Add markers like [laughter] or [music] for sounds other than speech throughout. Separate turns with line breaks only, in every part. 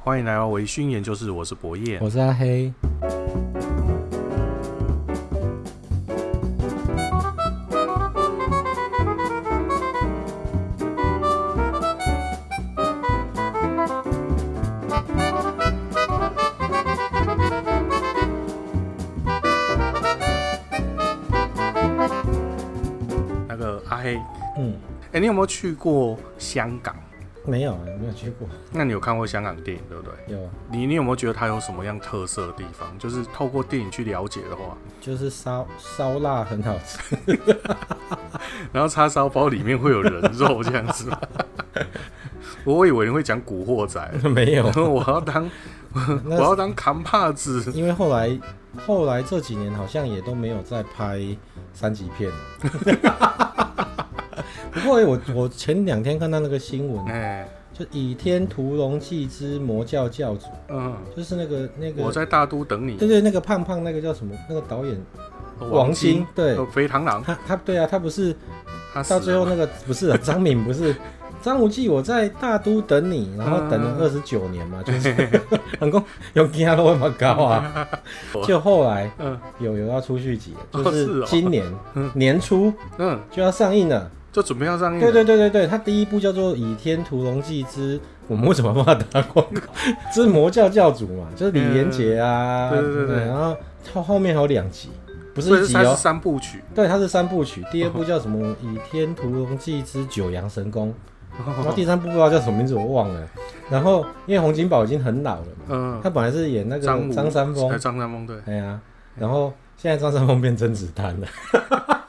欢迎来到维讯研究室，我是博业。
我是阿黑。
那个阿黑，
嗯，
哎、你有没有去过香港？
没有，没有去过。
那你有看过香港电影对不对？
有啊，
你你有没有觉得它有什么样特色的地方？就是透过电影去了解的话，
就是烧烧腊很好吃。
然后叉烧包里面会有人肉这样
[laughs]
子吗。我以为你会讲古惑仔，
[laughs] 没有
然，后我要当我
[laughs] 那
要当扛把子，
因为后来后来这几年好像也都没有再拍三级片了。 [laughs] 不过、欸、我我前两天看到那个新闻，
哎、
就《倚天屠龙记之魔教教主
嗯，》，
就是那个那
我
个，
在大都等
对
你，
对，那个胖胖那个叫什么？那个导演
王
晶，对
呃，肥螳螂，
他他对啊，他不是
他死
到
了
最后那个不是啊张敏不
[laughs]
是张无忌，我在大都等你，然后等了
嗯
二十九年嘛，就是 [laughs] 很公用其他都那么高
[laughs]
啊
我。
就后来
嗯
有有要出续集了，
哦
就是是
哦
今年
嗯
年初
嗯，
就要上映了。
就准备要上映了，
对对对对对，他第一部叫做《倚天屠龙记之》，我们为什么帮他打广
[laughs]
告？这是魔教教主嘛，就是李连杰啊，
嗯对对对对
然后后后面还有两集，不
所
是一
以
集
它
哦
是，三部曲，
对，它是三部曲，
哦
第二部叫什么《倚天屠龙记之九阳
[laughs]
神功》，然后第三部不知道叫什么名字，我忘了。然后因为洪金宝已经很老了嘛，
嗯，
他本来是演那个
张武
张三
哎
丰，
张三丰对，
哎呀，然后现在张三丰变甄子丹了。 [laughs]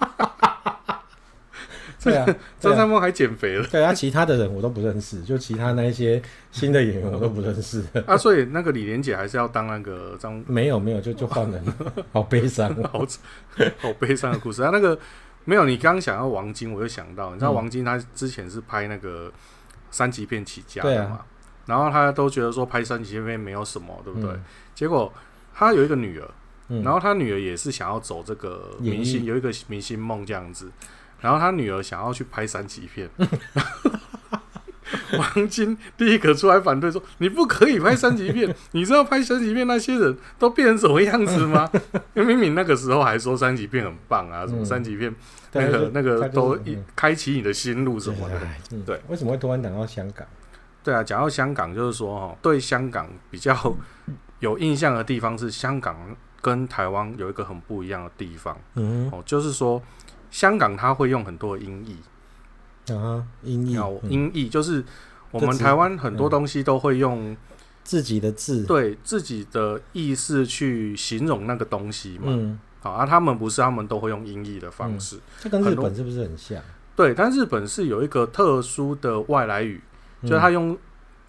对啊，对
[laughs] 张
啊，
三丰还减肥
[laughs]
了
对啊，其他的人我都不认识，就其他那一些新的演员我都不认识。 [laughs]
啊，所以那个李连杰还是要当那个张，
没有没有，就就换人
[laughs]
了，好悲伤哦。
好 [laughs] 好悲伤的故事。啊，那个没有，你刚刚想到王晶，我就想到，你知道
嗯
王晶他之前是拍那个三级片起家
对
的
啊
嘛，然后他都觉得说拍三级片没有什么，对不对
嗯？
结果他有一个女儿，
嗯
然后他女儿也是想要走这个
演
明星，
艺
有一个明星梦这样子。然后他女儿想要去拍三级片， [laughs] 王晶第一个出来反对说：“你不可以拍三级
[laughs]
片，你知道拍三级片那些人都变成什么样子吗？
[laughs]
因为明明那个时候还说三级片很棒啊，什么
嗯
三级片、
对
那
他
个
就
那
他
个
就
都
是
一
嗯
开启你的心路什么的。”
哎嗯
对
为什么会突然讲到香港？
对啊，讲到香港，就是说哦，对香港比较有印象的地方是香港跟台湾有一个很不一样的地方
嗯
哦，就是说香港它会用很多的音译，
啊，音译
要
嗯
音译就是我们
就只
台湾很多东西都会用
嗯自己的字，
对自己的意思去形容那个东西嘛，
嗯，
好啊，他们不是，他们都会用音译的方式。
这跟
很
日
多
本是不是很像？
对，但日本是有一个特殊的外来语，
嗯
就是他用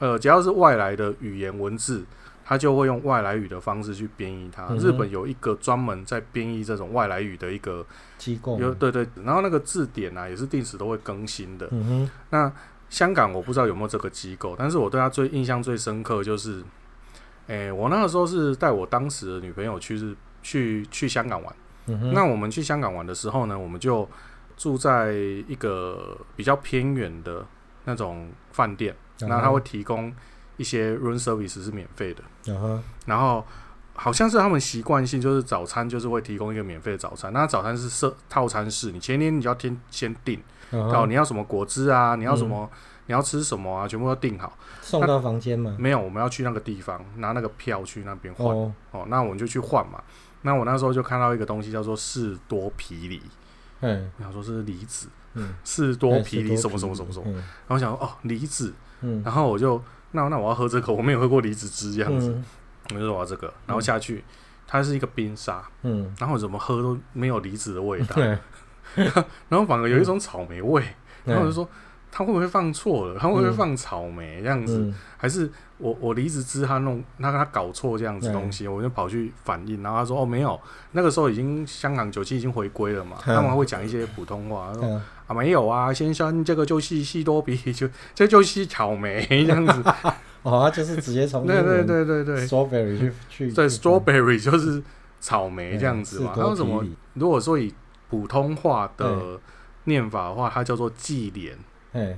呃，只要是外来的语言文字，他就会用外来语的方式去编译它。
嗯哼
日本有一个专门在编译这种外来语的一个，
机构，
有对对，然后那个字典啊也是定时都会更新的。
嗯哼，
那香港我不知道有没有这个机构，但是我对他最印象最深刻就是，诶、我那个时候是带我当时的女朋友去日去去香港玩。
嗯哼，
那我们去香港玩的时候呢，我们就住在一个比较偏远的那种饭店，
嗯哼
然后他会，提供一些 room service 是免费的，
嗯哼，
然后好像是他们习惯性就是早餐就是会提供一个免费的早餐，那早餐是设套餐式，你前一天你就要先先订，
然
到你要什么果汁啊，你要什么。你要吃什么啊？全部都订好。
送到房间吗？
没有，我们要去那个地方拿那个票去那边换哦
哦，
那我们就去换嘛。那我那时候就看到一个东西叫做士多啤梨，
嗯
我想说这是梨子，
嗯，
哎士多啤梨什么什么什么什么，
么，
然后想说哦梨子，
嗯，
然后我就那那我要喝这个，我没有喝过梨子汁这
这
样子，，我就说我要这个，然后下去它是一个冰沙，
嗯，哎
然后我怎么喝都没有梨子的 [laughs] 味道，
对，
然后反而有一种草莓味，然后我就说。他会不会放错了？他会不会
嗯
放草莓这样子？
嗯，
还是我我梨子汁他弄那他搞错这样子
嗯
东西？我就跑去反映，然后他说哦没有，那个时候已经香港九七已经回归了嘛，
嗯
他们会讲一些普通话，他说
嗯
啊，没有啊，先生，这个就是西多比，就这就是草莓这样子。
哦，他就是直接从
对对对对
对
对，
，strawberry 去去，
对
去
，strawberry 就是草莓这样子嘛。
嗯
还有什么？？如果说以普通话的念法的话，它叫做忌廉，
哎，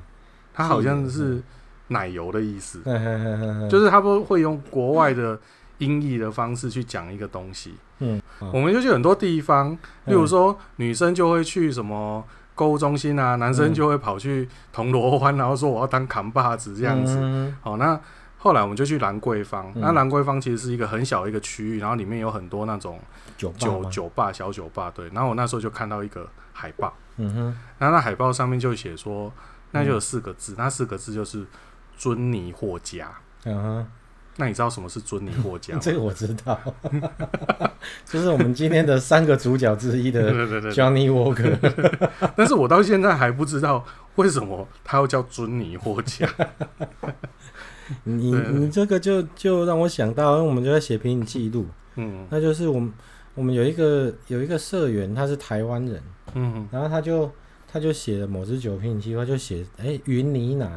它好像是奶油的意思，
嘿嘿嘿嘿嘿
就是他们会用国外的音译的方式去讲一个东西。
嗯，嗯
我们就去很多地方，例
嗯
如说女生就会去什么购物中心
嗯
啊，男生就会跑去铜锣湾，然后说我要当扛把子这样子。
嗯
好，那后来我们就去兰桂坊，
嗯
那兰桂坊其实是一个很小一个区域，然后里面有很多那种
酒吧
酒
吗，
酒吧、小酒吧，对。然后我那时候就看到一个海报，
嗯哼，
然后那海报上面就写说，那就有四个字，那四个字就是“尊尼霍家
嗯哼，”。
那你知道什么是尊尼霍
[laughs]
家吗？
这个我知道，就是我们今天的三个主角之一
对
的
对对
[laughs]
对，[laughs]
Johnny Walker，
但是我到现在还不知道为什么他要叫尊尼霍家。
你
对对对
你这个就就让我想到，因为我们就在写评影记录，
嗯
那就是我们我们有一个有一个社员，他是台湾人，
嗯
然后他就他就写了某支酒评影计划，就写哎云尼拿，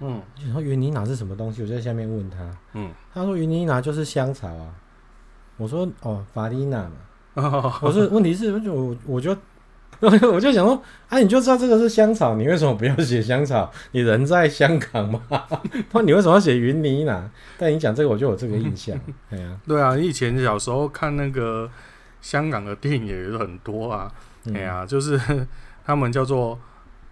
嗯
然后云尼拿是什么东西？我就在下面问他，
嗯，
他说云尼拿就是香草啊，我说哦法丽娜嘛，
哦，
我是问题是我我就。 [laughs] 我就想说，啊，你就知道这个是香草，你为什么不要写香草？你人在香港嘛，那你为什么要写云尼拿？但你讲这个，我就有这个印象。哎呀、
对啊，以前小时候看那个香港的电影也有很多啊，
嗯
哎呀、就是他们叫做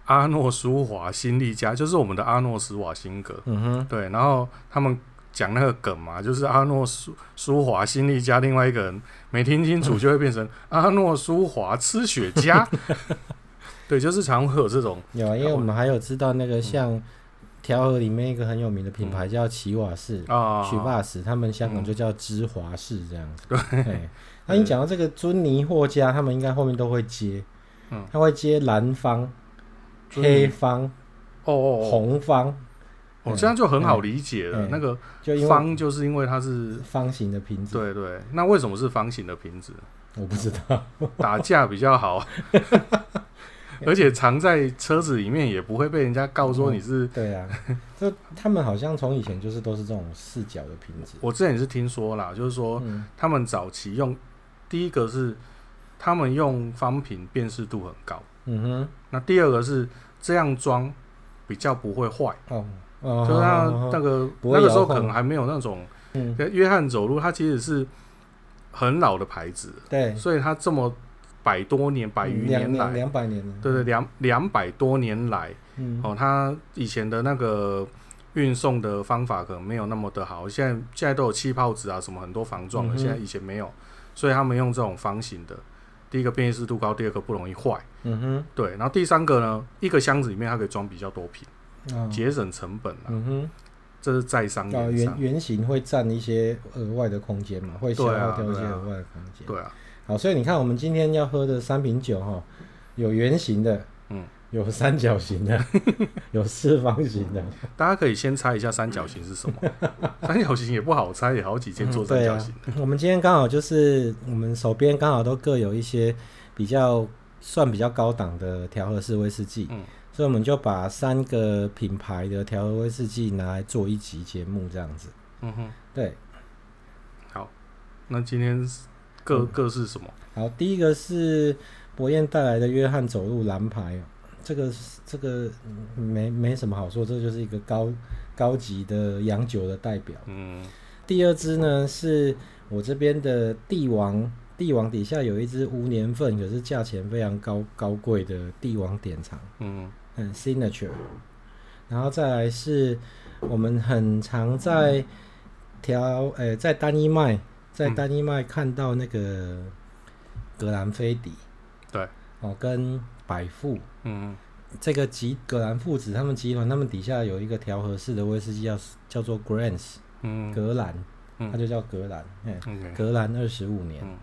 阿诺舒华辛利加，就是我们的阿诺斯瓦辛格。
嗯哼，
对，然后他们讲那个梗嘛，就是阿诺舒舒华辛利加另外一个人没听清
嗯
楚，就会变成阿诺舒华吃雪
[laughs]
茄。对，就是常会有这种，
有啊，因为我们还有知道那
嗯
个像调和里面一个很有名的品牌叫奇瓦士、
啊
曲霸士，他们香港
嗯
就叫芝华士这样子。
[laughs]
对，那你讲到这个尊尼霍家，他们应该后面都会接，
嗯
他会接蓝方、
尊尼
黑方、
哦哦
红方，
哦，这样就很好理解
嗯
了。
嗯
那个
就因为
方就是因为它是，
方形的瓶子，
对对，那为什么是方形的瓶子？
我不知道。
打架比较好， [laughs] 而且藏在车子里面也不会被人家告说你是。
对
[laughs]
啊，就他们好像从以前就是都是这种四角的瓶子。
我之前也是听说啦，就是说
嗯
他们早期用第一个是他们用方瓶辨识度很高，
嗯
那第二个是这样装比较不会坏，
哼，哦哦，
就是
哦
他那个
不会
那个时候
摇晃
可能还没有那种
嗯，
约翰走路，它其实是很老的牌子，
对，
所以它这么百多年、百余
嗯两
年来，
两百年了。
对对，两两百多年来，
嗯，
哦，它以前的那个运送的方法可能没有那么的好，现在现在都有气泡纸啊，什么很多防撞
嗯
的，
哼
现在以前没有，所以他们用这种方形的，第一个辨识度高，第二个不容易坏，
嗯哼。
对，然后第三个呢，一个箱子里面它可以装比较多瓶，
哦
节省成本啊，
嗯
这是在商
哼，啊，
言
圆
商，
圆形会占一些额外的空间嘛，会消
对啊
耗掉一些
对啊
额外的空间。
对啊，
好，所以你看我们今天要喝的三瓶酒哈，有圆形的，
嗯，
有三角
[laughs]
形的，有四方形的，
大家可以先猜一下三角形是
[laughs]
什么，三角形也不好猜，也好几间做三
对
角
啊
形，。
我们今天刚好就是我们手边刚好都各有一些比较算比较高档的调和式威士忌，
嗯，
所以我们就把三个品牌的调和威士忌拿来做一集节目这样子。
嗯哼，
对，
好，那今天
嗯
各各是什么？
好，第一个是博彦带来的约翰走路蓝牌哦，这个是这个嗯没没什么好说，这就是一个高高级的洋酒的代表。
嗯
第二支呢是我这边的帝王，帝王底下有一支无年份，可是价钱非常高高贵的帝王典藏，
嗯
嗯，signature。然后再来是我们很常在调，呃，在单一麦，在
嗯
单一麦看到那个格兰菲迪，
对，
哦，跟百富
嗯。
这个集葛兰父子他们集团，他们底下有一个调和式的威士忌叫叫做 Grants
嗯
格兰，
嗯
它就叫格兰，哎，
，OK，
格兰二十五年，
嗯，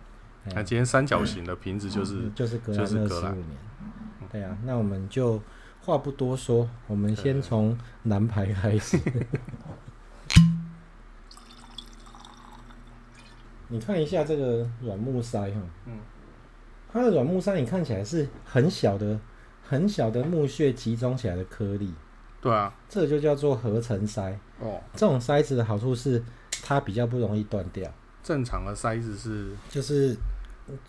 哎
那今天三角形的瓶子就是
嗯就是格兰
就
二十
是格
五
兰嗯
年，对啊，那我们就话不多说，我们先从蓝牌
[laughs]
开始。你看一下这个软木塞哈，
嗯，
它的软木塞你看起来是很小的、很小的木屑集中起来的颗粒，
对啊，
这就叫做合成塞。
哦，
这种塞子的好处是它比较不容易断掉，
正常的塞子是，
就是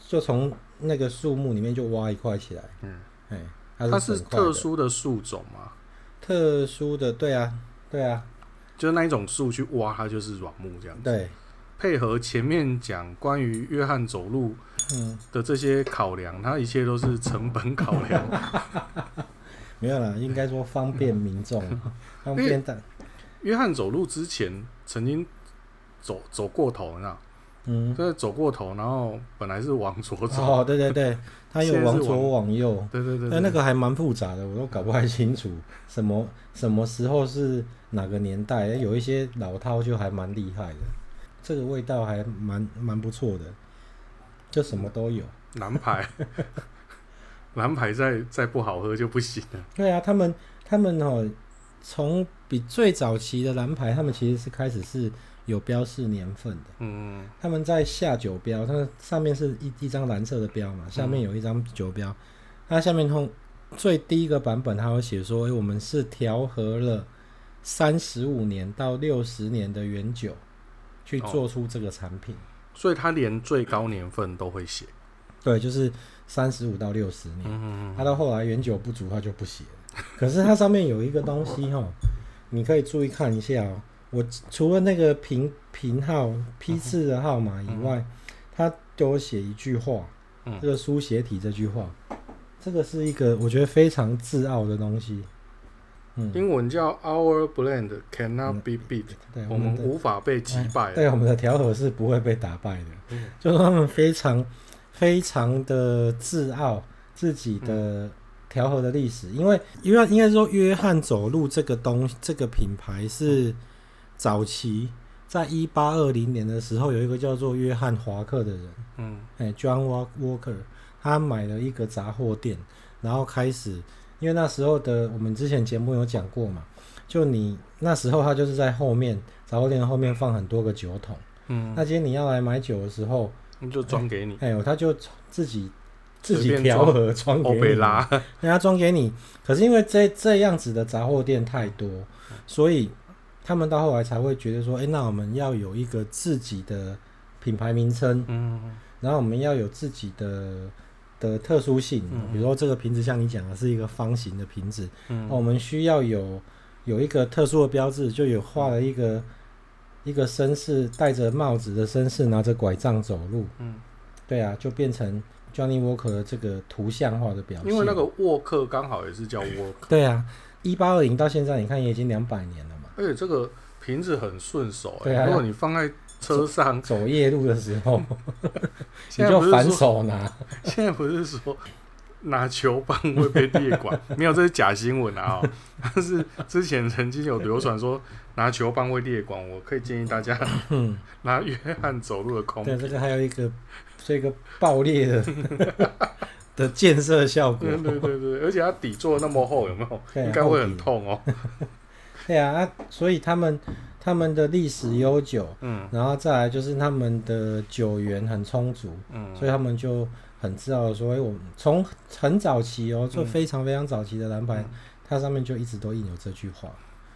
就从那个树木里面就挖一块起来，
嗯，
哎，它
它
是
是
整块的
特殊的树种嘛，
特殊的，对啊，对啊，
就是那一种树去挖，它就是软木这样子。
对，啊
配合前面讲关于约翰走路
嗯，
的这些考量，它一切都是成本考
[laughs]
量。
没有啦，应该说方便民众，
嗯
[laughs] 方便大，
约翰走路之前曾经走走过头，你知道，
嗯，
就是走过头，然后本来是往左走，
哦，对对对，它有
现在是
往左往右，
对对对
那
对，
那个还蛮复杂的，我都搞不太清楚什么什么时候是哪个年代。有一些老饕就还蛮厉害的，这个味道还蛮蛮不错的，就什么都有。
蓝牌， [laughs] 蓝牌再再不好喝就不行了。
对啊，他们他们哦，从比最早期的蓝牌，他们其实是开始是有标示年份的。
嗯，
他们在下酒标，它上面是一一张蓝色的标嘛，下面有一张酒标，它下面通最第一个版本它会写说，哎诶我们是调和了三十五年到六十年的原酒去
哦
做出这个产品，
所以它连最高年份都会写。
对，就是三十五到六十年。
嗯
它到后来原酒不足，它就不写了。可是它上面有一个东西哈，你可以注意看一下哦。我除了那个瓶瓶号批次的号码以外，它给我写一句话
嗯，
这个书写体这句话，这个是一个我觉得非常自傲的东西。嗯，
英文叫 Our blend cannot be beat，、
对，
我
我
们
们的
无法被击败。
嗯
啊
对我们的调和是不会被打败的
嗯，
就是他们非常非常的自傲自己的调和的历史，因为因为应该说约翰走路这个东这个品牌是早期在一八二零年的时候有一个叫做约翰华克的人，
嗯
哎，John Wa- Walker，他买了一个杂货店，然后开始，因为那时候的我们之前节目有讲过嘛，就你那时候他就是在后面杂货店的后面放很多个酒桶，
嗯，
那今天你要来买酒的时候，
那就装给你，
哎呦，他就自己自
随
己
便
调
装
和装给
欧
你，
贝拉。
人家装给你。可是因为这这样子的杂货店太多，所以他们到后来才会觉得说，哎，那我们要有一个自己的品牌名称，
嗯
然后我们要有自己的的特殊性
嗯，
比如说这个瓶子像你讲的是一个方形的瓶子，
嗯
哦，我们需要有有一个特殊的标志，就有画了一个一个绅士戴着帽子的绅士拿着拐杖走路，
嗯，
对啊，就变成 Johnny Walker 的这个图像化的表现，
因为那个沃克刚好也是叫沃
[laughs]
克，
对啊，一八二零到现在你看也已经两百年了嘛，
而且这个瓶子很顺手、欸。
对啊
如果你放在车上，
走夜路的时候你
[laughs] 现在
就
不是
反
说
手拿，
[laughs] 现在不是说拿球棒会被列管，没有，这是假新闻啊、哦。 [laughs] 但是之前曾经有流传说拿球棒会列管，我可以建议大家拿约翰走路的空
对，这个还有一个这个爆裂的 [laughs] 的建设效果
对。对对对，而且它底座那么厚，有没有？
对啊
应该会很痛哦。
对啊，啊所以他们他们的历史悠久，
嗯
然后再来就是他们的酒源很充足，
嗯
所以他们就很自傲的说：“哎、我们从很早期哦，就
嗯
非常非常早期的蓝牌，
嗯
它上面就一直都印有这句话。”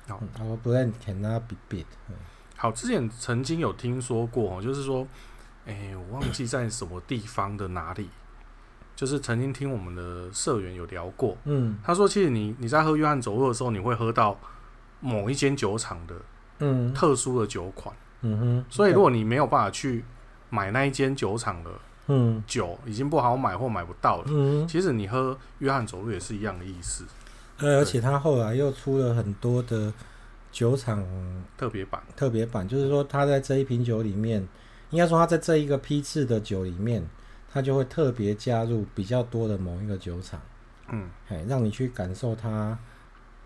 好
嗯，我 blend cannot be beat 嗯。
好，之前曾经有听说过哦，就是说，哎、我忘记在什么地方的哪里，就是曾经听我们的社员有聊过，
嗯
他说，其实你你在喝约翰走路的时候，你会喝到某一间酒厂的
嗯
特殊的酒款，
嗯哼，
所以如果你没有办法去买那一间酒厂的
嗯
酒，已经不好买或买不到了，
嗯，
其实你喝约翰走路也是一样的意思，
呃，而且他后来又出了很多的酒厂
特别版。
特别版，就是说他在这一瓶酒里面，应该说他在这一个批次的酒里面，他就会特别加入比较多的某一个酒厂，
嗯，
哎，让你去感受它，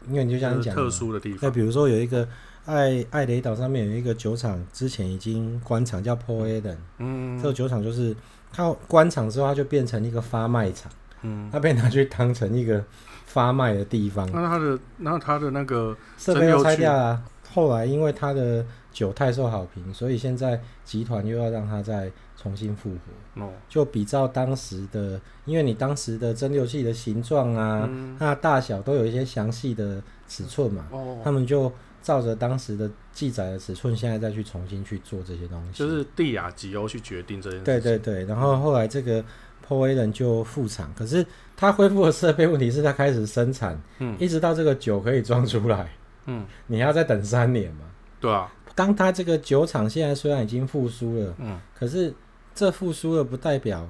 因为你就像
就是
你讲的
呃特
嘛，
殊的地
那
方。
比如说有一个哎爱爱雷岛上面有一个酒厂，之前已经关厂叫 Paul a d e n
嗯
这个酒厂就是它关厂之后，它就变成一个发卖场，
嗯，
它被拿去当成一个发卖的地方，
那他的那他的那个
设备要拆掉啊。后来因为它的酒太受好评，所以现在集团又要让它再重新复活，
哦，
就比照当时的，因为你当时的蒸馏器的形状啊，
嗯
它的大小都有一些详细的尺寸嘛，他
哦，
们就照着当时的记载的尺寸，现在再去重新去做这些东西。
就是蒂亚吉欧去决定这件事情。
对对对，然后后来这个 Paul Allen 就复产，可是他恢复的设备问题是他开始生产，
嗯
一直到这个酒可以装出来，
嗯，
你还要再等三年嘛。
对啊，
当他这个酒厂现在虽然已经复苏了，
嗯，
可是这复苏了不代表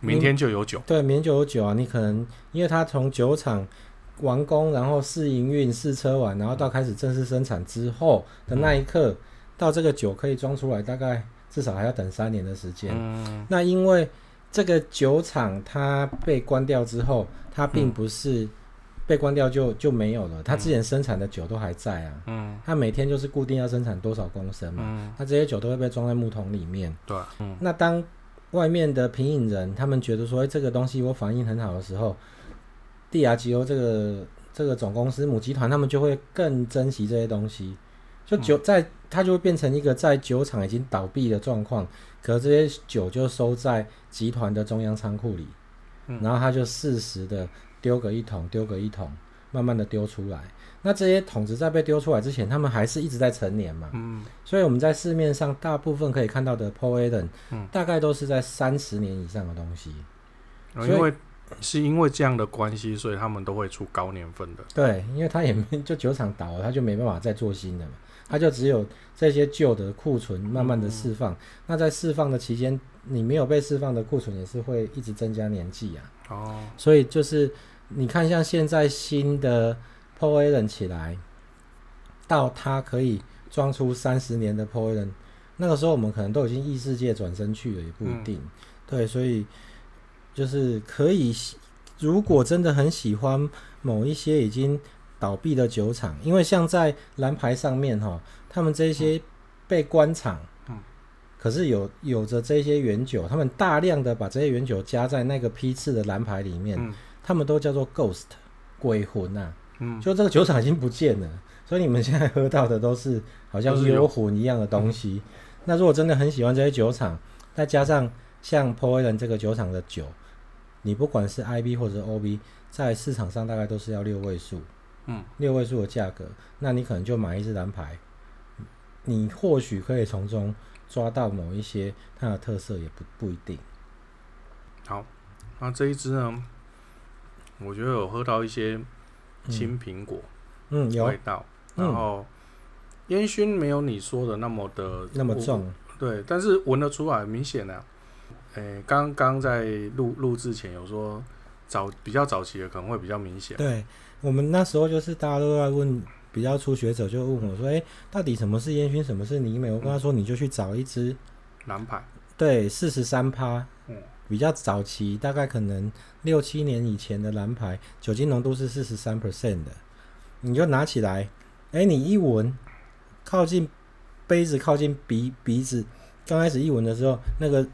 明天就有酒，
对免酒有酒啊，你可能因为他从酒厂完工，然后试营运、试车完，然后到开始正式生产之后的那一刻，到这个酒可以装出来，大概至少还要等三年的时间。
嗯
那因为这个酒厂它被关掉之后，它并不是被关掉就就没有了，它之前生产的酒都还在啊，
嗯
它每天就是固定要生产多少公升嘛，
嗯，
它这些酒都会被装在木桶里面。
对啊，嗯
那当外面的品饮人他们觉得说、哎这个东西我反应很好的时候，DRGO 这个这个总公司母集团他们就会更珍惜这些东西，就酒、
嗯
在它就会变成一个在酒厂已经倒闭的状况，可这些酒就收在集团的中央仓库里，
嗯
然后他就适时的丢个一桶，丢个一桶，慢慢的丢出来。那这些桶子在被丢出来之前，他们还是一直在陈年嘛，
嗯
所以我们在市面上大部分可以看到的 Paul a d e n
嗯
大概都是在三十年以上的东西。
然后
所以
因为是因为这样的关系，所以他们都会出高年份的，
对，因为他也没就酒厂倒了，他就没办法再做新的嘛，他就只有这些旧的库存慢慢的释放。那在释放的期间，你没有被释放的库存也是会一直增加年纪啊。
哦，
所以就是你看，像现在新的 Paul a l e n 起来，到它可以装出三十年的 Paul a l e n 那个时候我们可能都已经异世界转身去了，也不一定。对，所以就是可以喜，如果真的很喜欢某一些已经倒闭的酒厂，因为像在蓝牌上面哈，他们这些被关厂。
嗯
可是有有着这些原酒，他们大量的把这些原酒加在那个批次的蓝牌里面，
嗯
他们都叫做 ghost 鬼魂啊呐、
嗯，
就这个酒厂已经不见了，所以你们现在喝到的都是好像
都是有嗯
幽魂一样的东西。那如果真的很喜欢这些酒厂，再加上像 p o e l a n 这个酒厂的酒，你不管是 IB 或者是 OB，在市场上大概都是要六位数，
嗯，
六位数的价格，那你可能就买一支蓝牌，你或许可以从中抓到某一些它的特色，也不不一定。
那这一支呢，我觉得有喝到一些青苹果
嗯，有
味道，
嗯
然后烟熏没有你说的那么的
那么，重，
对，但是闻得出来很明显啊。诶，刚刚在录录制前有说早比较早期的可能会比较明显，
对我们那时候就是大家都在问，比较初学者就问我说：“哎、到底什么是烟熏，什么是泥煤？”我跟他说：“你就去找一支，
蓝牌，
对，四十三趴
嗯，
比较早期，大概可能六七年以前的蓝牌，酒精浓度是四十三 percent 的，你就拿起来，哎、你一闻，靠近杯子，靠近鼻鼻子，刚开始一闻的时候，那个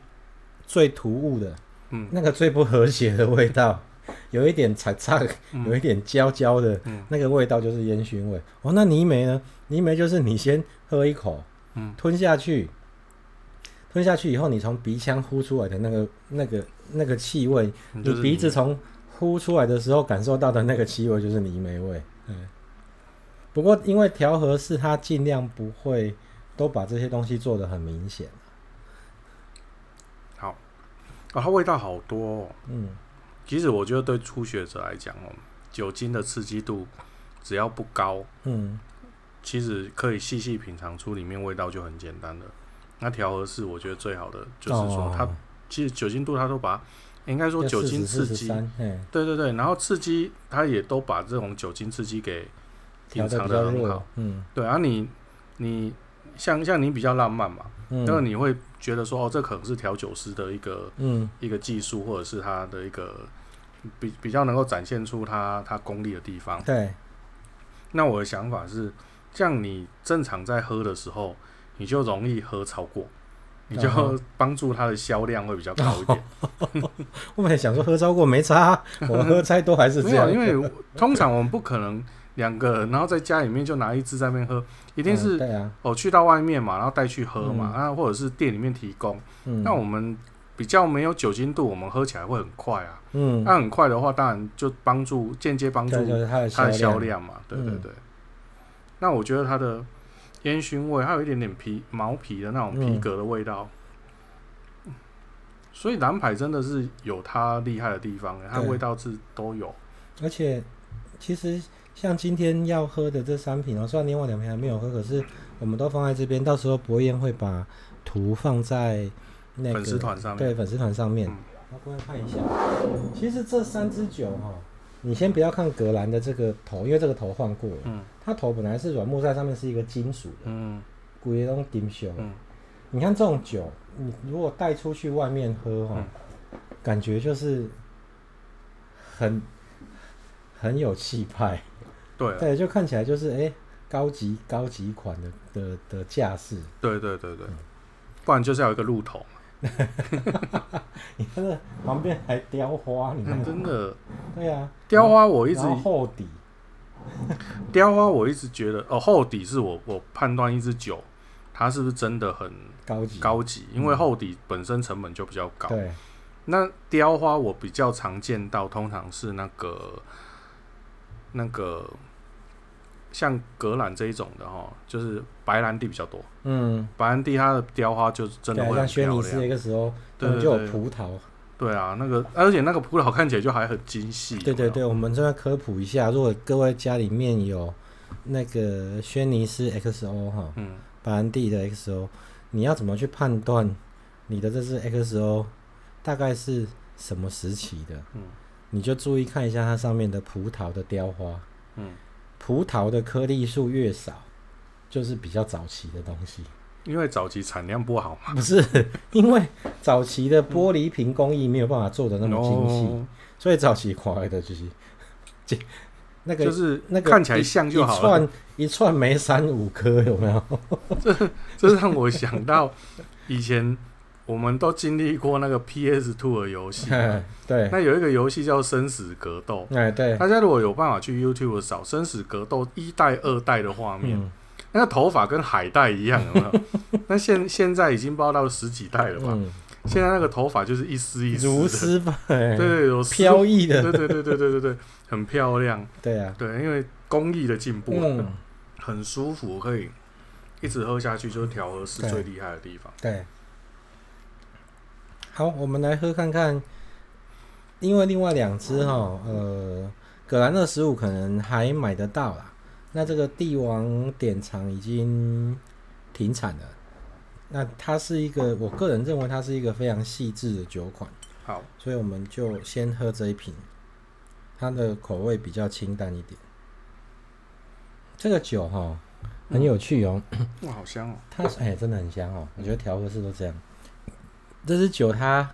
最突兀的，
嗯
那个最不和谐的味道，有一点惨惨。”有一
嗯
点焦焦的，
嗯
那个味道就是烟熏味。哦，那泥煤呢？泥煤就是你先喝一口，
嗯
吞下去，吞下去以后，你从鼻腔呼出来的那个、那个、那个气味，
嗯，
你
就是
鼻子从呼出来的时候感受到的那个气味就是泥煤味。嗯，不过因为调和是它尽量不会都把这些东西做得很明显。
啊，它味道好多、哦。
嗯，
其实我觉得对初学者来讲哦，酒精的刺激度只要不高，
嗯，
其实可以细细品尝出里面味道就很简单了。那调和式我觉得最好的就是说它，
哦
其实酒精度它都把，应该说
就
酒精刺
40
激，
43嘿
对对对，然后刺激它也都把这种酒精刺激给
调
隐
的
藏
比较
的很
弱
好。。
嗯
对啊你，你像像你比较浪漫嘛，
嗯
那、个你会觉得说哦，这可能是调酒师的一个
嗯
一个技术，或者是他的一个比比较能够展现出他他功力的地方。
对。
那我的想法是，这样你正常在喝的时候，你就容易喝超过，你就
嗯哦
帮助它的销量会比较高一点。
我本来想说喝超过没差
[laughs]
啊，我喝再多还是
没
这
有，
样，
因为我通常我们不可能两个人，然后在家里面就拿一支在那边喝，一定
嗯
是、
对啊，
哦去到外面嘛，然后带去喝嘛，
嗯
啊或者是店里面提供。
嗯，
那我们比较没有酒精度，我们喝起来会很快啊。
嗯，
那很快的话，当然就帮助间接帮助
对，就是它的
它的销
销，
量嘛，对
嗯
对对。那我觉得它的烟熏味，还有一点点皮毛皮的那种皮
嗯
革的味道，所以蓝牌真的是有它厉害的地方、欸，它
对
味道是都有。
而且其实像今天要喝的这三瓶哦，虽然另外两瓶还没有喝，可是我们都放在这边，到时候博彦会把图放在那个
粉丝团上面，
对粉丝团上面
嗯，
那各位看一下，其实这三支酒哈、你先不要看格兰的这个头，因为这个头换过了，
嗯
它头本来是软木塞，上面是一个金属的，
嗯
古爷东金熊。
嗯，
你看这种酒，你如果带出去外面喝
嗯
哈、感觉就是很很有气派，
对啊
对，就看起来就是哎、高级高级款的的的架势。
对对对
嗯
对，不然就是要有一个路头，
你看这旁边还雕花，你看，
真的
对啊，
嗯雕花我一直
嗯然后厚底，
雕花我一直觉得哦，厚底是我我判断一支酒它是不是真的很
高级
高级，因为厚底本身成本就比较高。
嗯对，
那雕花我比较常见到，通常是那个那个像格兰这一种的哈，就是白兰地比较多。
嗯，
白兰地它的雕花就是真
对
的
啊，
会
像
很
轩
漂
尼诗
亮。
那个时候，他
对
们
对
就有
对
葡萄，
对啊，那个而且那个葡萄看起来就还很精细。
对对
有没有，
对，我们正在科普一下，如果各位家里面有那个轩尼诗 XO 哈，
嗯，
白兰地的 XO，你要怎么去判断你的这支 XO 大概是什么时期的？
嗯，
你就注意看一下它上面的葡萄的雕花，
嗯，
葡萄的颗粒数越少，就是比较早期的东西。 [laughs]
因为早期产量不好嘛，
不是因为早期的玻璃瓶工艺没有办法做的那么精细，
哦
所以早期花的就是， [laughs] 这那个
就是
那个
看起来像
一
就好了。
串一串梅山五颗有没有？
[laughs] 这让我想到以前我们都经历过那个 PS Two 的游
[laughs]
戏，
对，
那有一个游戏叫生死格斗。
哎对，
大家如果有办法去 YouTube 找《生死格斗》一代、二代的画面，
嗯
那个头发跟海带一样，有没有？那现现在已经报到十几代了吧？
嗯，
现在那个头发就是一丝一丝
如
的，
丝吧，哎
对对，有丝
飘逸的，
对对对对对对对，很漂亮。
对啊，
对，因为工艺的进步，
嗯，
很舒服，可以一直喝下去，就是调和是
对
最厉害的地方。
对。好，我们来喝看看，因为另外两只哈，呃，葛兰二十五可能还买得到啦。那这个帝王典藏已经停产了。那它是一个，我个人认为它是一个非常细致的酒款。
好，
所以我们就先喝这一瓶，它的口味比较清淡一点。这个酒哈、很有趣哦，
哇，好香哦！
它哎、真的很香哦，我觉得调和式都这样。这支酒它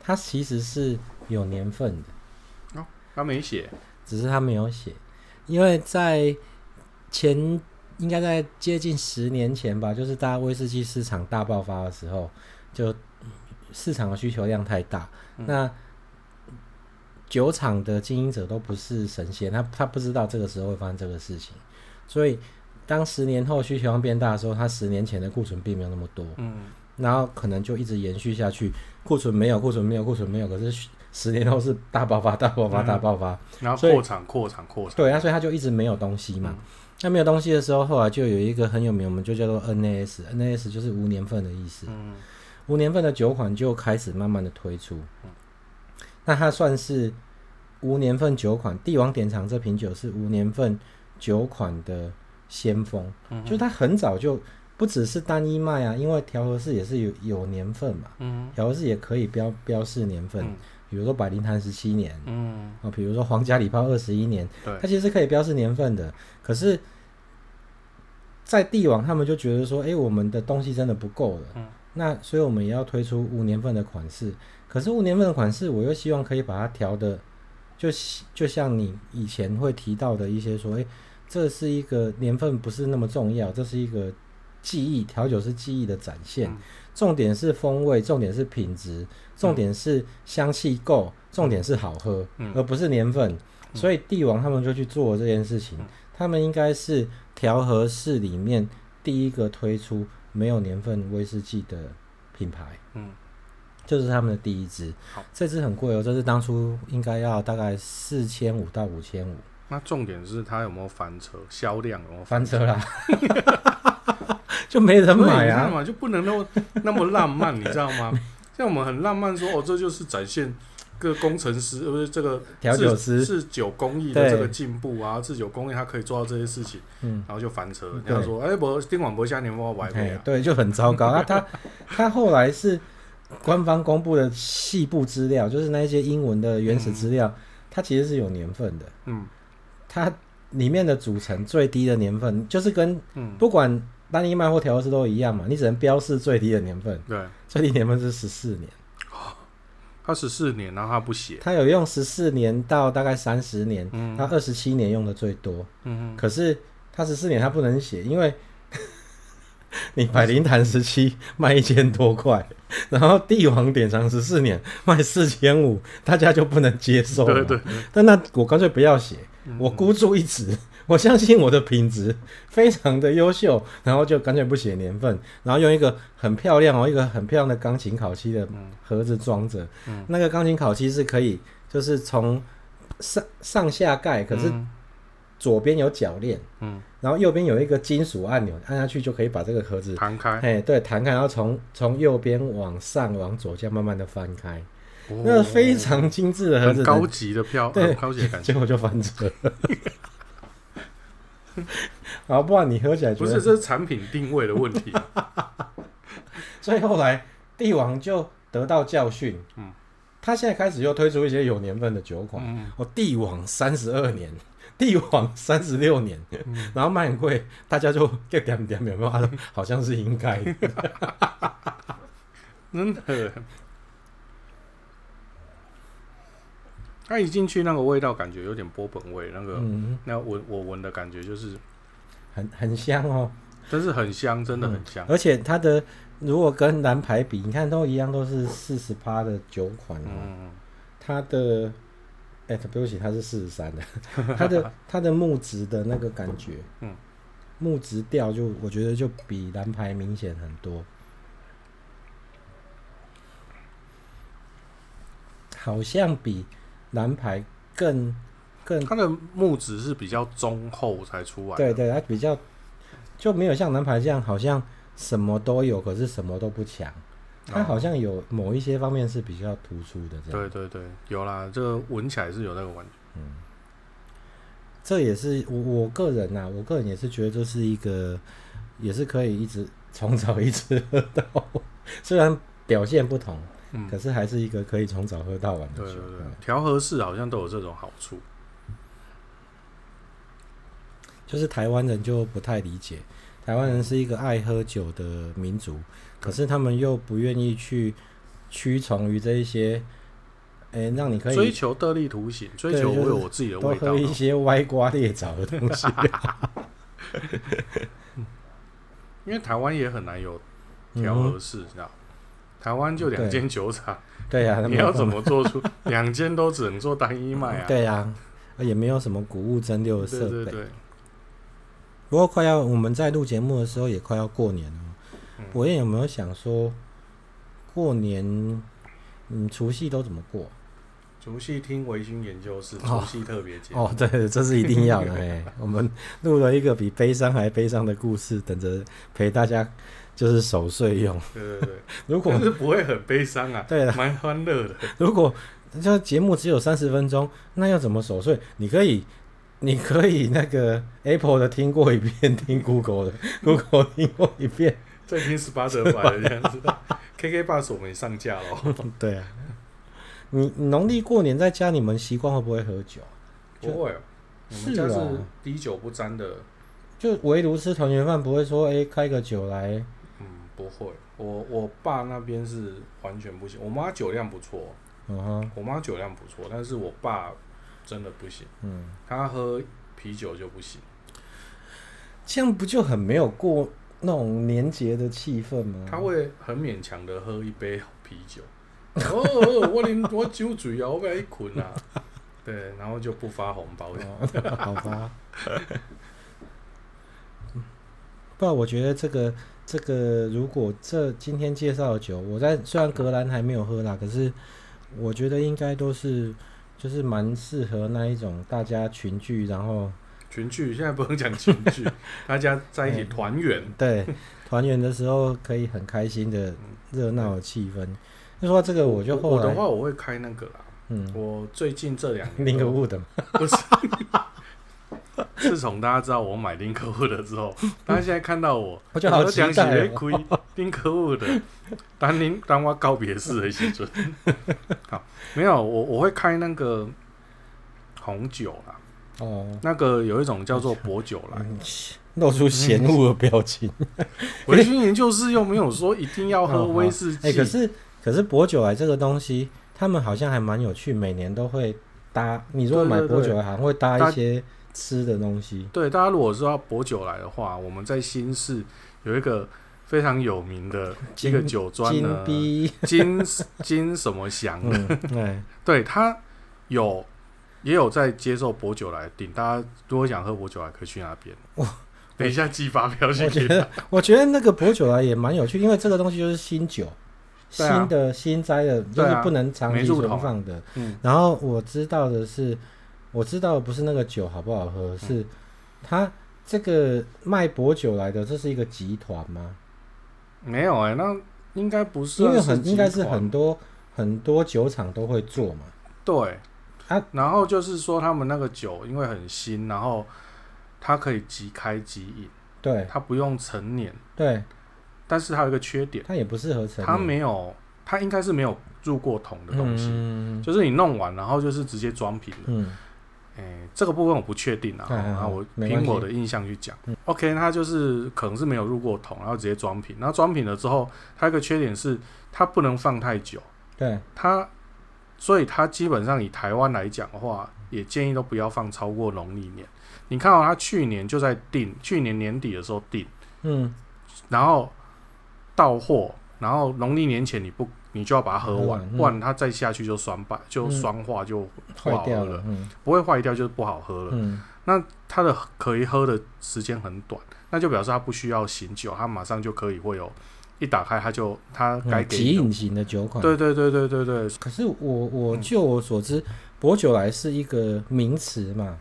它其实是有年份的，
它没写，
只是它没有写，因为在前应该在接近十年前吧，就是大家威士忌市场大爆发的时候，就市场的需求量太大，
嗯
那酒厂的经营者都不是神仙，他他不知道这个时候会发生这个事情，所以当十年后需求量变大的时候，他十年前的库存并没有那么多，
嗯，
然后可能就一直延续下去，库存没有，库存没有，库存没有，可是十年后是大爆发，大爆发，
嗯
大爆发。
然后
所以
扩产、扩产、扩产，
对，那所以他就一直没有东西嘛。
嗯
那没有东西的时候，后来就有一个很有名，我们就叫做 NAS，NAS 就是无年份的意思。
嗯
无年份的酒款就开始慢慢的推出。那它算是无年份酒款，帝王典藏这瓶酒是无年份酒款的先锋，
嗯哼
就它很早就不只是单一卖啊，因为调和式也是有有年份嘛，
嗯
调和式也可以标标示年份，
嗯
比如说百灵坛十七年，
嗯，
啊，比如说皇家礼炮二十一年，
对
它其实是可以标示年份的。可是，在帝王他们就觉得说，哎、我们的东西真的不够了，
嗯
那所以我们也要推出五年份的款式。可是五年份的款式，我又希望可以把它调的，就喜就像你以前会提到的一些说，哎、这是一个年份不是那么重要，这是一个记忆调酒师记忆的展现。
嗯
重点是风味，重点是品质，重点是香气够，重点是好喝，
嗯
而不是年份。所以帝王他们就去做这件事情，
嗯
他们应该是调和式里面第一个推出没有年份威士忌的品牌，
嗯，
就是他们的第一支
好。
这支很贵哦，这支当初应该要大概四千五到五千五，
那重点是它有没有翻车，销量有没有
翻
[laughs]
车啦， [laughs] 就没人买
你知
啊
道。 [laughs] 嘛，就不能那么那么浪漫，你知道吗？像我们很浪漫说哦，这就是展现个工程师，呃不是这个
调酒师，
制酒工艺的
对
这个进步啊，制酒工艺它可以做到这些事情，
嗯，
然后就翻车。人
对
家说，哎，我丁广博下年我玩
哎
啊，
对，就很糟糕。啊，他 [laughs] 他后来是官方公布的细部资料，就是那一些英文的原始资料，它其实是有年份的，
嗯
它里面的组成最低的年份就是跟
嗯，
不管单一麦或调和式都一样嘛，你只能标示最低的年份，
对，
最低年份是十四年，
他十四年，然后他不写，
它有用十四年到大概三十年，
嗯
它二十七年用的最多，
嗯，
可是它十四年它不能写，因为 [laughs] 你百灵坛十七卖一千多块，然后帝王典藏十四年卖四千五，大家就不能接受
对
了。
对，
但那我干脆不要写，
嗯
我孤注一掷，我相信我的品质非常的优秀，然后就干脆不写年份，然后用一个很漂亮哦，一个很漂亮的钢琴烤漆的
嗯
盒子装着。
嗯
那个钢琴烤漆是可以，就是从上上下盖，可是
嗯
左边有铰链，
嗯，
然后右边有一个金属按钮，按下去就可以把这个盒子，
弹开，
哎，对，弹开，然后从从右边往上往左，这样慢慢的翻开，
哦
那个非常精致的盒
很
子的，
高级的票，
对
很高级的感觉。
结果就翻
[laughs]
车了。然后不然你喝起来觉
不
得
是，这是产品定位的问
[laughs]
题。
所以后来帝王就得到教训，
嗯，
他现在开始又推出一些有年份的酒款，
嗯，
哦，帝王三十二年， [laughs] 帝王三十六年， [laughs] 然后卖很贵，大家就 [laughs] 点点点有没有？他说好像是应该的，
真的。它一进去那个味道，感觉有点波本味，那个、
嗯，
那闻我闻的感觉就是，
很很香哦，
但是很香，真的很香。
而且它的如果跟蓝牌比，你看都一样，都是四十趴的酒款哦，
嗯，
它的，哎、对不起，它是四十三的， [laughs] 它的它的木质的那个感觉，
[laughs] 嗯，
木质调就我觉得就比蓝牌明显很多。好像比蓝牌更更
嗯它的木质是比较中厚才出来的。
对对，它比较就没有像蓝牌这样，好像什么都有，可是什么都不强。它
哦
好像有某一些方面是比较突出的，这
对
样。
对对，有啦，这个闻起来是有那个感觉。
这也是我我个人呐、我个人也是觉得这是一个，也是可以一直从早一直喝到，虽然表现不同，
嗯，
可是还是一个可以从早喝到晚的
对对
酒。
对
嗯，
调和式好像都有这种好处。
就是台湾人就不太理解，台湾人是一个爱喝酒的民族，可是他们又不愿意去屈从于这一些，哎，让你可
追
以
求得力图形，追
对
求
就是
我有我自己的
多
味道
喝。一些歪瓜裂枣的东西。 [laughs]
因为台湾也很难有调和式，你知道？台湾就两间酒
[laughs]
厂，
对哎呀、他
你
们
要怎么做出 [laughs] 两间都只能做单一卖啊？
对呀、也没有什么谷物蒸馏的设
对
备。
对对，
不过快要我们在录节目的时候也快要过年了，
嗯
我也有没有想说，过年嗯除夕都怎么过？
除夕听维新研究室，除
哦
夕特别节，
[laughs] 哦，对，这是一定 [laughs] 要的哎。我们录了一个比悲伤还悲伤的故事，等着陪大家就是守岁用。 [laughs]
对对对，
如果
但是不会很悲伤啊，
对了，
蛮欢乐的。
如果这节目只有三十分钟，那要怎么守岁？你可以。你可以那个 Apple 的听过一遍，听 Google 的 Google 听过一遍，
再听十八折百的这样
[laughs]
子，KK Bus 我们也上架了。
对啊，你你农历过年在家，你们习惯会不会喝酒啊？就
不会哦，我们家
是
是
啊
滴酒不沾的。
就唯独吃团圆饭，不会说哎、诶开个酒来，
嗯，不会。我我爸那边是完全不行，我妈酒量不错，
嗯哼，
我妈酒量不错，但是我爸真的不行，
嗯，
他喝啤酒就不行。
这样不就很没有过那种年节的气氛吗？
他会很勉强的喝一杯啤
[laughs]
酒。哦，哦我连我酒醉啊，我被一捆啊。对，然后就不发红包了。
哦 [laughs] 好吧。不然我觉得这个这个，如果这今天介绍的酒，我在虽然格兰还没有喝啦，可是我觉得应该都是就是蛮适合那一种大家群聚，然后
群聚现在不能讲群聚，大家在一起团圆。
对，
[laughs]
团圆的时候可以很开心的热闹的气氛。就说到这个，我就
嗯我
后
的
来
话，我会开那个啦，
嗯，
我最近这两
[laughs]
年
拎个物的嘛，
[laughs] 不是，自从大家知道我买林可物的之后，大家现在看到我，
我就好
都
期
想起
待
来
哦。
亏林可物的，当林当我告别式的时准。 [laughs] 好，没有我我会开那个红酒啦，
哦，
那个有一种叫做薄酒啦，
嗯露出嫌恶的
[laughs]
表情。
微醺研究室又没有说一定要喝威士忌，
哎、可是可是薄酒来这个东西，他们好像还蛮有趣，每年都会搭。你如果
对
买
对
薄
对
酒来，好像会搭
搭
一些吃的东西。
对大家如果知道薄酒来的话，我们在新市有一个非常有名的一个
金
酒庄
金
呢， [laughs]
币，
金金什么祥的，
嗯，哎，
对他有也有在接受薄酒来订，大家如果想喝薄酒来，可以去那边。等一下寄发票去
我觉
给他
得，我觉得那个薄酒来也蛮有趣，因为这个东西就是新酒，
对啊
新的新栽的，就
对
是
啊
不能长
没
期
入
存
桶啊
放的。
嗯，
然后我知道的是，我知道的不是那个酒好不好
嗯
喝，是它这个卖薄酒来的，这是一个集团吗？
没有哎、那应该不是
因
啊，
为很
集
应该是
团
很多很多酒厂都会做嘛。
对
啊
然后就是说他们那个酒因为很新，然后它可以即开即饮，
对
它不用陈年，
对，
但是它有一个缺点，
它也不适合成
它没有，它应该是没有入过桶的东西，
嗯
就是你弄完然后就是直接装瓶的。
嗯
哎、这个部分我不确定啊，
嗯嗯嗯
啊，我
没
凭
关系嗯
我的印象去讲。OK，它就是可能是没有入过桶，然后直接装瓶。然后装瓶了之后，它有一个缺点是它不能放太久，
对，
它所以它基本上以台湾来讲的话，也建议都不要放超过农历年。你看到、哦它去年就在定，去年年底的时候定，
嗯，
然后到货，然后农历年前你不你就要把它喝完，
喝完嗯
不然它再下去就酸败，就
嗯
酸化就不
坏
好喝
掉
了，
嗯
不会坏掉就是不好喝了。
嗯
它的可以喝的时间很短，那就表示它不需要醒酒，它马上就可以会有，一打开它就它该
嗯，
给
极
你的
饮型的酒款。
对对对对对对，
可是我我
嗯
就我所知，薄酒来是一个名词嘛，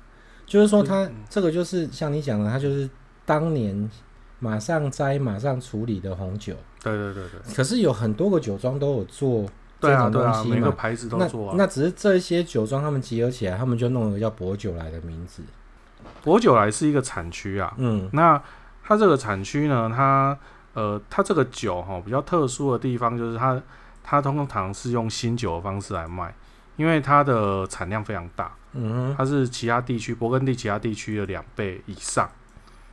就是说它
嗯嗯
这个就是像你讲的，它就是当年马上摘、马上处理的红酒。
对对对对，
可是有很多个酒庄都有做
对
这
啊
种
对啊，
东西
每个
嘛。
牌子都
那
做啊。
那只是这些酒庄他们集合起来，他们就弄了个叫薄酒来的名字。
博酒来是一个产区啊，
嗯
那它这个产区呢，它呃它这个酒哈、比较特殊的地方就是它它通常是用新酒的方式来卖，因为它的产量非常大，
嗯哼，
它是其他地区勃艮第其他地区的两倍以上，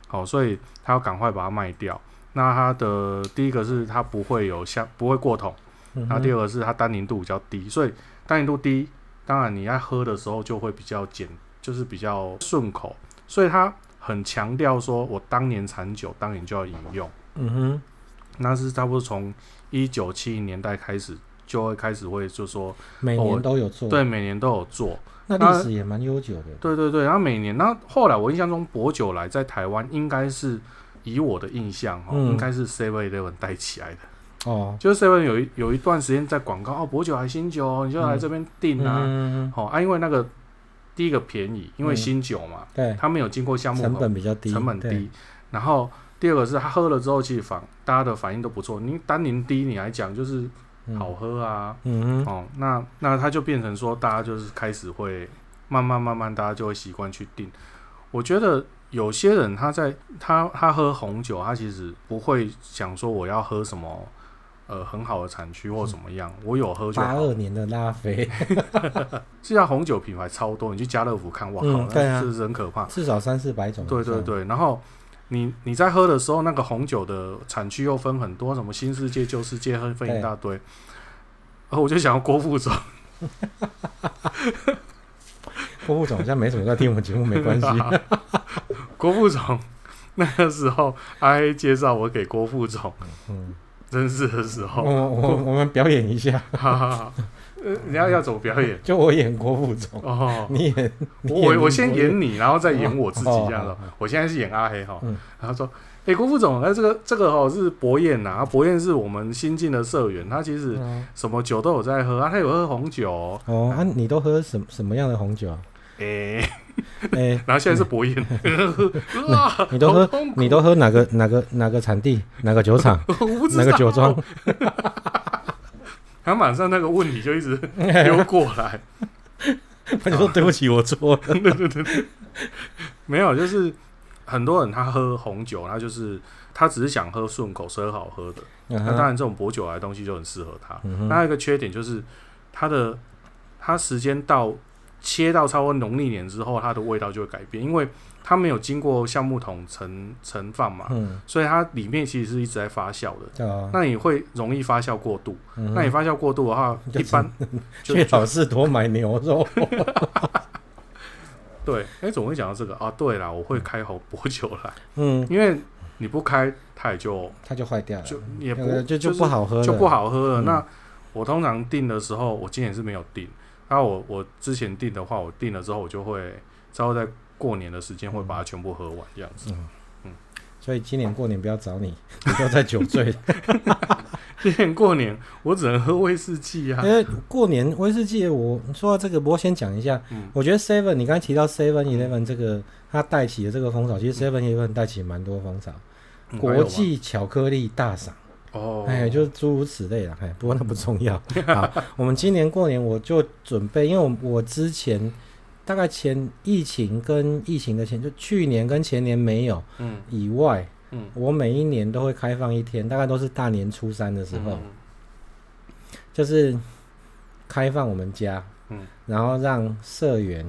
好、所以它要赶快把它卖掉。那它的第一个是它不会有像不会过桶，
嗯
然后第
哼
二个是它单宁度比较低，所以单宁度低，当然你在喝的时候就会比较简，就是比较顺口，所以它很强调说我当年产酒，当年就要饮用，
嗯哼，
那是差不多从一九七零年代开始就会开始会就说
每
哦
年都有做，
对每年都有做，
那
它
历史也蛮悠久的。
对对对，然后每年，然后后来我印象中薄酒来在台湾应该是以我的印象哦，
嗯
应该是 Seven Eleven 带起来的，
哦，
就是 Seven 有一有一段时间在广告哦，薄酒来新酒哦，你就来这边订啊，
嗯，
好、啊，因为那个第一个便宜，因为
嗯
新酒嘛，
对，
它没有经过橡木
成
桶
本比较低，
成本
对，
低，然后第二个是他喝了之后，其实反大家的反应都不错，你单宁低，你来讲就是
嗯
好喝啊，
嗯哼，
哦，那那它就变成说，大家就是开始会慢慢慢慢，大家就会习惯去订。我觉得有些人他在他他喝红酒，他其实不会想说我要喝什么呃很好的产区或怎么样，我有喝就
嗯八
好。
二年的
[laughs]
拉菲，
现在红酒品牌超多，你去家乐福看，哇靠，
嗯对啊
这是很可怕。
至少三四百种。
对对，对，然后你你在喝的时候，那个红酒的产区又分很多，什么新世界、旧世界，分分
对
一大堆。然后我就想要郭富城，
郭副总好像没什么在听我们节目，没
[laughs]
关系。
郭副总 [laughs] 那个时候，I 介绍我给郭副总
嗯，
认识的时
我
候，
我我们表演一下，
哈哈哈，呃，你要要怎么表演？
就我演郭副总，
哦，
你演，
我
嗯你演
我我先演你，然后再演我自己
哦
这样的
哦哦。
我现在是演阿黑哈
嗯，
然后说，哎，郭副总，那这个这个哦是博彦呐，博彦是我们新进的社员，他其实
哦
什么酒都有在喝啊，他有喝红酒哦，
哦，啊，你都喝什么什么样的红酒
[laughs]
啊？
哎，
哎，
然后现在是博彦，
[laughs]
呃啊哇
你都喝
好痛苦
你都喝哪个哪个哪个产地哪个酒厂
[laughs] 我不知道
哪个酒庄？ [laughs] [laughs]
他马上那个问题就一直溜过来，
他就说对不起，我错了。
没有，就是很多人他喝红酒，他就是他只是想喝顺口，所以好喝的。
嗯
那当
哼
然，这种薄酒来的东西就很适合他。
嗯
那
哼
还有一个缺点就是它的它时间到切到超过农历年之后，它的味道就会改变，因为它没有经过橡木桶盛盛放嘛，
嗯，
所以它里面其实是一直在发酵的。
对啊，
那你会容易发酵过度，
嗯
那你
哼
发酵过度的话，
就
一般就
最
就
好是多买牛肉。
对。哎，总会讲到这个啊，对啦，我会开红薄酒啦，
嗯，
因为你不开，它也就
它就坏掉了，
就也
那
不
个嗯就
就
就是不好喝了，
就不好喝了。
嗯
那我通常订的时候，我今年是没有订。那我我之前订的话，我订了之后，我就会稍微在过年的时间会把
嗯
它全部喝完这样子。 [laughs]
所以今年过年不要找你，你都在酒醉。
今年过年我只能喝威士忌啊
因。为过年威士忌我，说到这个，我先讲一下，
嗯
我觉得 Seven 你刚才提到 Seven Eleven 这个它带起的这个风潮，其实 Seven Eleven 带起蛮多风潮，
嗯还有
国
吗
际巧克力大赏，
哦，
哎，就诸如此类啦。哎，不过那不重
[laughs]
要。好，我们今年过年我就准备，因为我我之前大概前疫情跟疫情的前，就去年跟前年没有
嗯
以外，
嗯，
我每一年都会开放一天，大概都是大年初三的时候。
嗯
就是开放我们家，
嗯
然后让社员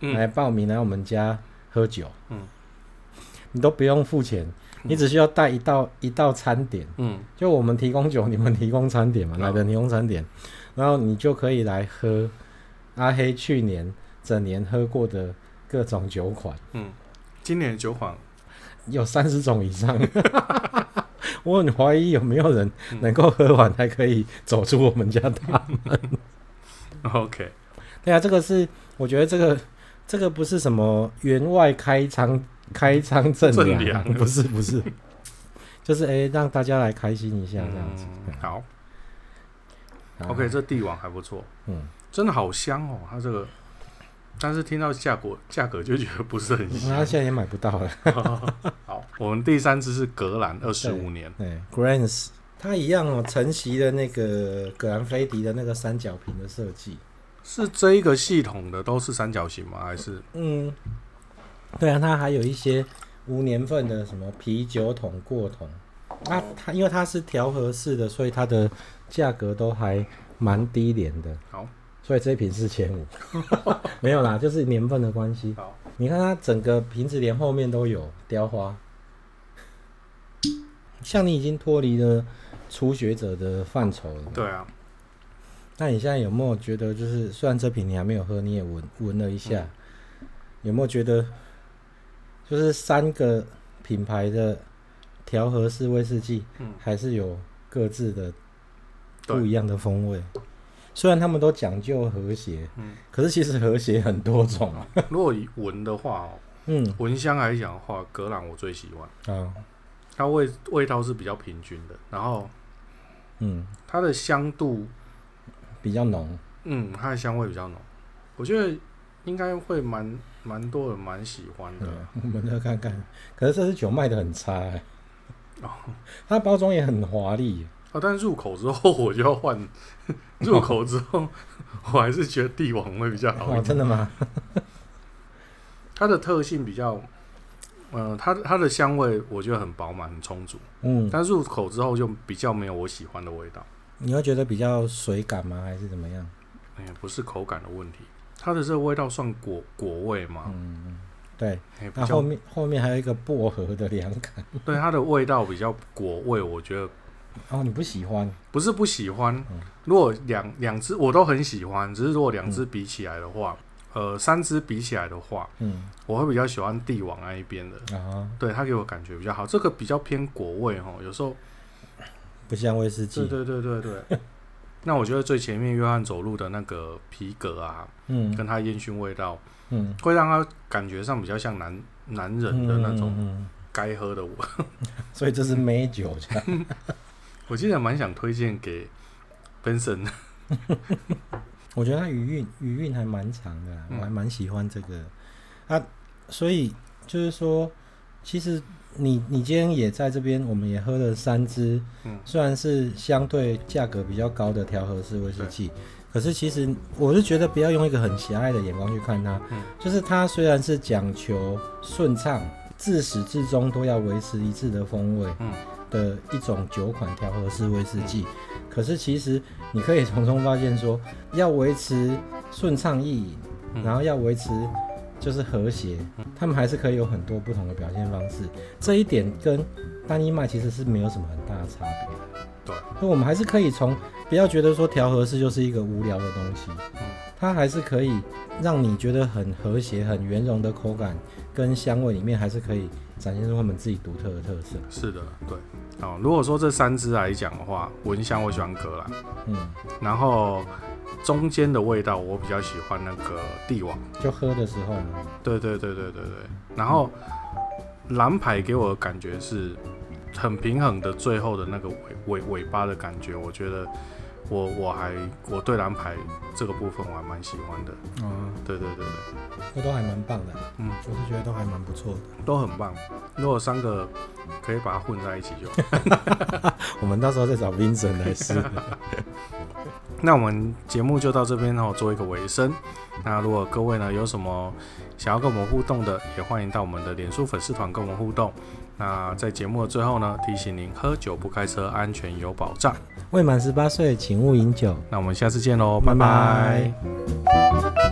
来
嗯
报名来我们家喝酒，
嗯
你都不用付钱，你只需要带一道一道餐点，
嗯
就我们提供酒，你们提供餐点嘛，
嗯
来人提供餐点，然后你就可以来喝阿黑去年整年喝过的各种酒款，
嗯，今年的酒款
有三十种
[laughs]
以上。我很怀疑有没有人
嗯
能够喝完还可以走出我们家大门。
OK，
对啊，这个是我觉得这个 [laughs] 这个不是什么员外开仓开仓正
正
粮啊，
粮
不是不是， [laughs] 就是哎、让大家来开心一下这样子。啊
嗯好
好
，OK，这帝王还不错，
嗯，
真的好香哦，它这个。但是听到价格价格就觉得不是很香
那，现在也买不到了。
好，我们第三支是格兰二十五年，
对 g r a n s 它一样哦，承袭了那个葛兰菲迪的那个三角瓶的设计。
是这一个系统的都是三角形吗？还是
嗯，对啊，它还有一些无年份的什么啤酒桶、过桶。那、它因为它是调和式的，所以它的价格都还蛮低廉的。
好，
所以这一瓶四千
[laughs]
五，没有啦，就是年份的关系。
好，
你看它整个瓶子连后面都有雕花，像你已经脱离了初学者的范畴了。
对啊，
那你现在有没有觉得，就是虽然这瓶你还没有喝，你也闻闻了一下，
嗯
有没有觉得，就是三个品牌的调和式威士忌，
嗯
还是有各自的
对
不一样的风味？虽然他们都讲究和谐，
嗯
可是其实和谐很多种啊。
如果以闻的话哦，
嗯
闻香来讲的话，格兰我最喜欢，
啊，
它味味道是比较平均的，然后
嗯，
它的香度，
比较浓。
嗯，它的香味比较浓，我觉得应该会蛮蛮多人蛮喜欢的
对，， [laughs] 我们来看看。可是这支酒卖的很差、欸，
哦
它包装也很华丽。
哦，但入口之后我就要换， [laughs] 入口之后我还是觉得帝王会比较好一
哦，
点。
真的吗？
它的特性比较，呃，它的它的香味我觉得很饱满、很充足，
嗯，
但入口之后就比较没有我喜欢的味道。
你会觉得比较水感吗？还是怎么样？
哎、不是口感的问题，它的这个味道算果果味吗？
嗯，对。
哎、哦比
那后
较
面后面还有一个薄荷的凉感，
对它的味道比较果味，我觉得
哦，你不喜欢？
不是不喜欢
嗯。
如果两两只我都很喜欢，只是如果两只比起来的话，呃，三只比起来的话，
嗯
我会比较喜欢帝王那一边的。
啊，
对它给我感觉比较好，这个比较偏果味哦，有时候
不像威士忌。
对对对对
[laughs]
对。那我觉得最前面约翰走路的那个皮革啊，
嗯
跟他烟熏味道，
嗯，
会让他感觉上比较像男男人的那种
嗯嗯
该喝的我。
嗯所以这是美酒，这样
[laughs] 我记得蛮想推荐给
[laughs]
Benson 的。
我觉得它余韵余韵还蛮长的啦，
嗯
我还蛮喜欢这个啊。所以就是说，其实你你今天也在这边，我们也喝了三支
嗯，
虽然是相对价格比较高的调和式威士忌，可是其实我是觉得不要用一个很狭隘的眼光去看它，
嗯
就是它虽然是讲求顺畅，自始至终都要维持一致的风味，
嗯
的一种酒款调和式威士忌。可是其实你可以从中发现说，要维持顺畅易饮，
嗯
然后要维持就是和谐，他们还是可以有很多不同的表现方式。这一点跟单一麦其实是没有什么很大的差别。
对，
所以我们还是可以从不要觉得说调和式就是一个无聊的东西，它还是可以让你觉得很和谐、很圆融的口感跟香味里面，还是可以展现出他们自己独特的特色。
是的，对。哦，如果说这三支来讲的话，蚊香我喜欢格兰，
嗯，
然后中间的味道我比较喜欢那个帝王。
就喝的时候啊嘛，
对对对对对对。然后蓝牌给我的感觉是很平衡的，最后的那个尾尾尾巴的感觉，我觉得我我还我对蓝牌这个部分我还蛮喜欢的。
哦，
对对对对，
这都还蛮棒的。
嗯，
我是觉得都还蛮不错的。
都很棒。如果三个可以把它混在一起就好。
我们到时候再找 Vincent 来试。
那我们节目就到这边哦，做一个尾声。那如果各位呢有什么想要跟我们互动的，也欢迎到我们的脸书粉丝团跟我们互动。那在节目的最后呢，提醒您喝酒不开车，安全有保障。
未满十八岁，请勿饮酒。
那我们下次见喽，拜
拜
拜
拜